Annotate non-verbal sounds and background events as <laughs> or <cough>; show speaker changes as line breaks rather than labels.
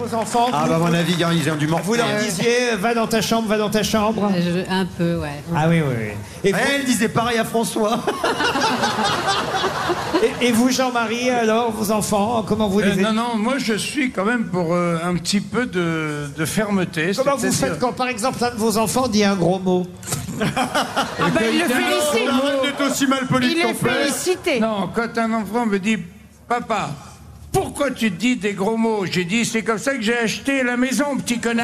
aux enfants
Ah, bah, à mon avis, ils ont du
Vous
morfler.
leur disiez, euh, va dans ta chambre, va dans ta chambre
Euh, je- un peu, ouais.
Ah oui, oui, oui. Et vous,
Elle disait pareil à <laughs> François.
et- et vous, Jean-Marie, alors, vos enfants, comment vous
Euh,
les
non, non, moi je suis quand même pour euh, un petit peu de, de fermeté.
Comment vous
c'est-à-dire-
faites quand, par exemple, l'un de vos enfants dit un gros mot
Ah bah il le félicite.
d'être aussi mal poli
Il est félicité.
Non, quand un enfant me dit Papa, pourquoi tu dis des gros mots J'ai dit C'est comme ça que j'ai acheté la maison,
<laughs>
petit connard